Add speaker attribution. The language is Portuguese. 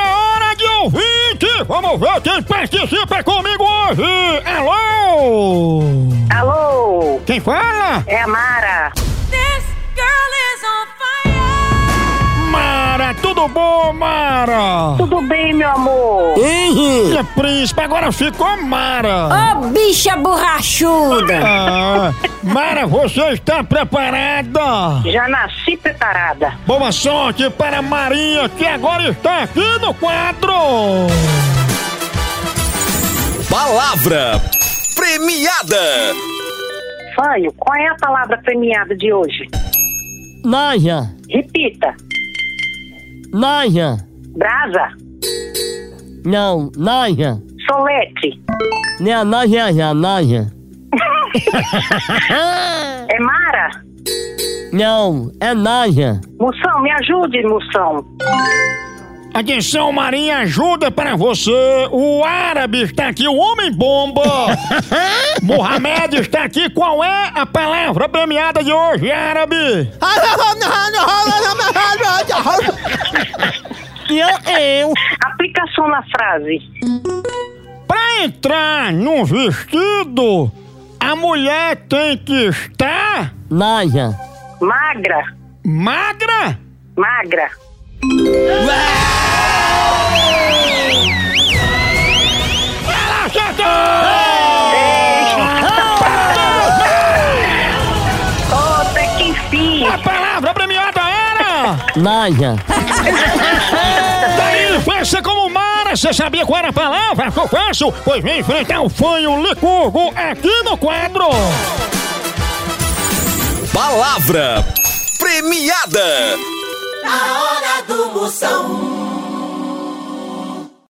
Speaker 1: é hora de ouvinte! Vamos ver quem participa comigo hoje! Alô!
Speaker 2: Alô,
Speaker 1: Quem fala?
Speaker 2: é a Mara.
Speaker 3: This girl is on fire.
Speaker 1: Mara! Tudo bom, Mara?
Speaker 2: Tudo bem, meu amor?
Speaker 1: Minha príncipe, agora ficou Mara!
Speaker 3: Ô bicha borrachuda!
Speaker 1: Ah, Mara, você está preparada?
Speaker 2: Já nasci preparada.
Speaker 1: Boa sorte para Maria, que agora está aqui no quadro!
Speaker 4: Palavra premiada.
Speaker 2: Fanho, qual é a palavra premiada de hoje?
Speaker 5: Naja,
Speaker 2: Repita.
Speaker 5: naja,
Speaker 2: Brasa.
Speaker 5: não, naja,
Speaker 2: Solete.
Speaker 5: nem a naja, já, naja.
Speaker 2: É Mara?
Speaker 5: Não, é naja.
Speaker 2: Moção, me ajude, moção.
Speaker 1: Atenção, Maria, ajuda para você! O árabe está aqui, o homem bomba! Mohamed está aqui, qual é a palavra premiada de hoje, árabe?
Speaker 5: E eu, eu,
Speaker 2: Aplicação na frase.
Speaker 1: Para entrar num vestido, a mulher tem que estar
Speaker 5: naja.
Speaker 2: Magra.
Speaker 1: magra?
Speaker 2: Magra.
Speaker 1: Ela acertou!
Speaker 2: Oh, até que enfim.
Speaker 1: A palavra premiada era...
Speaker 5: Naja,
Speaker 1: Daí, faça como Mara, você sabia qual era a palavra que eu faço? Pois vem enfrentar o fanho Licurgo aqui no quadro.
Speaker 4: Palavra premiada.
Speaker 3: A hora do moção.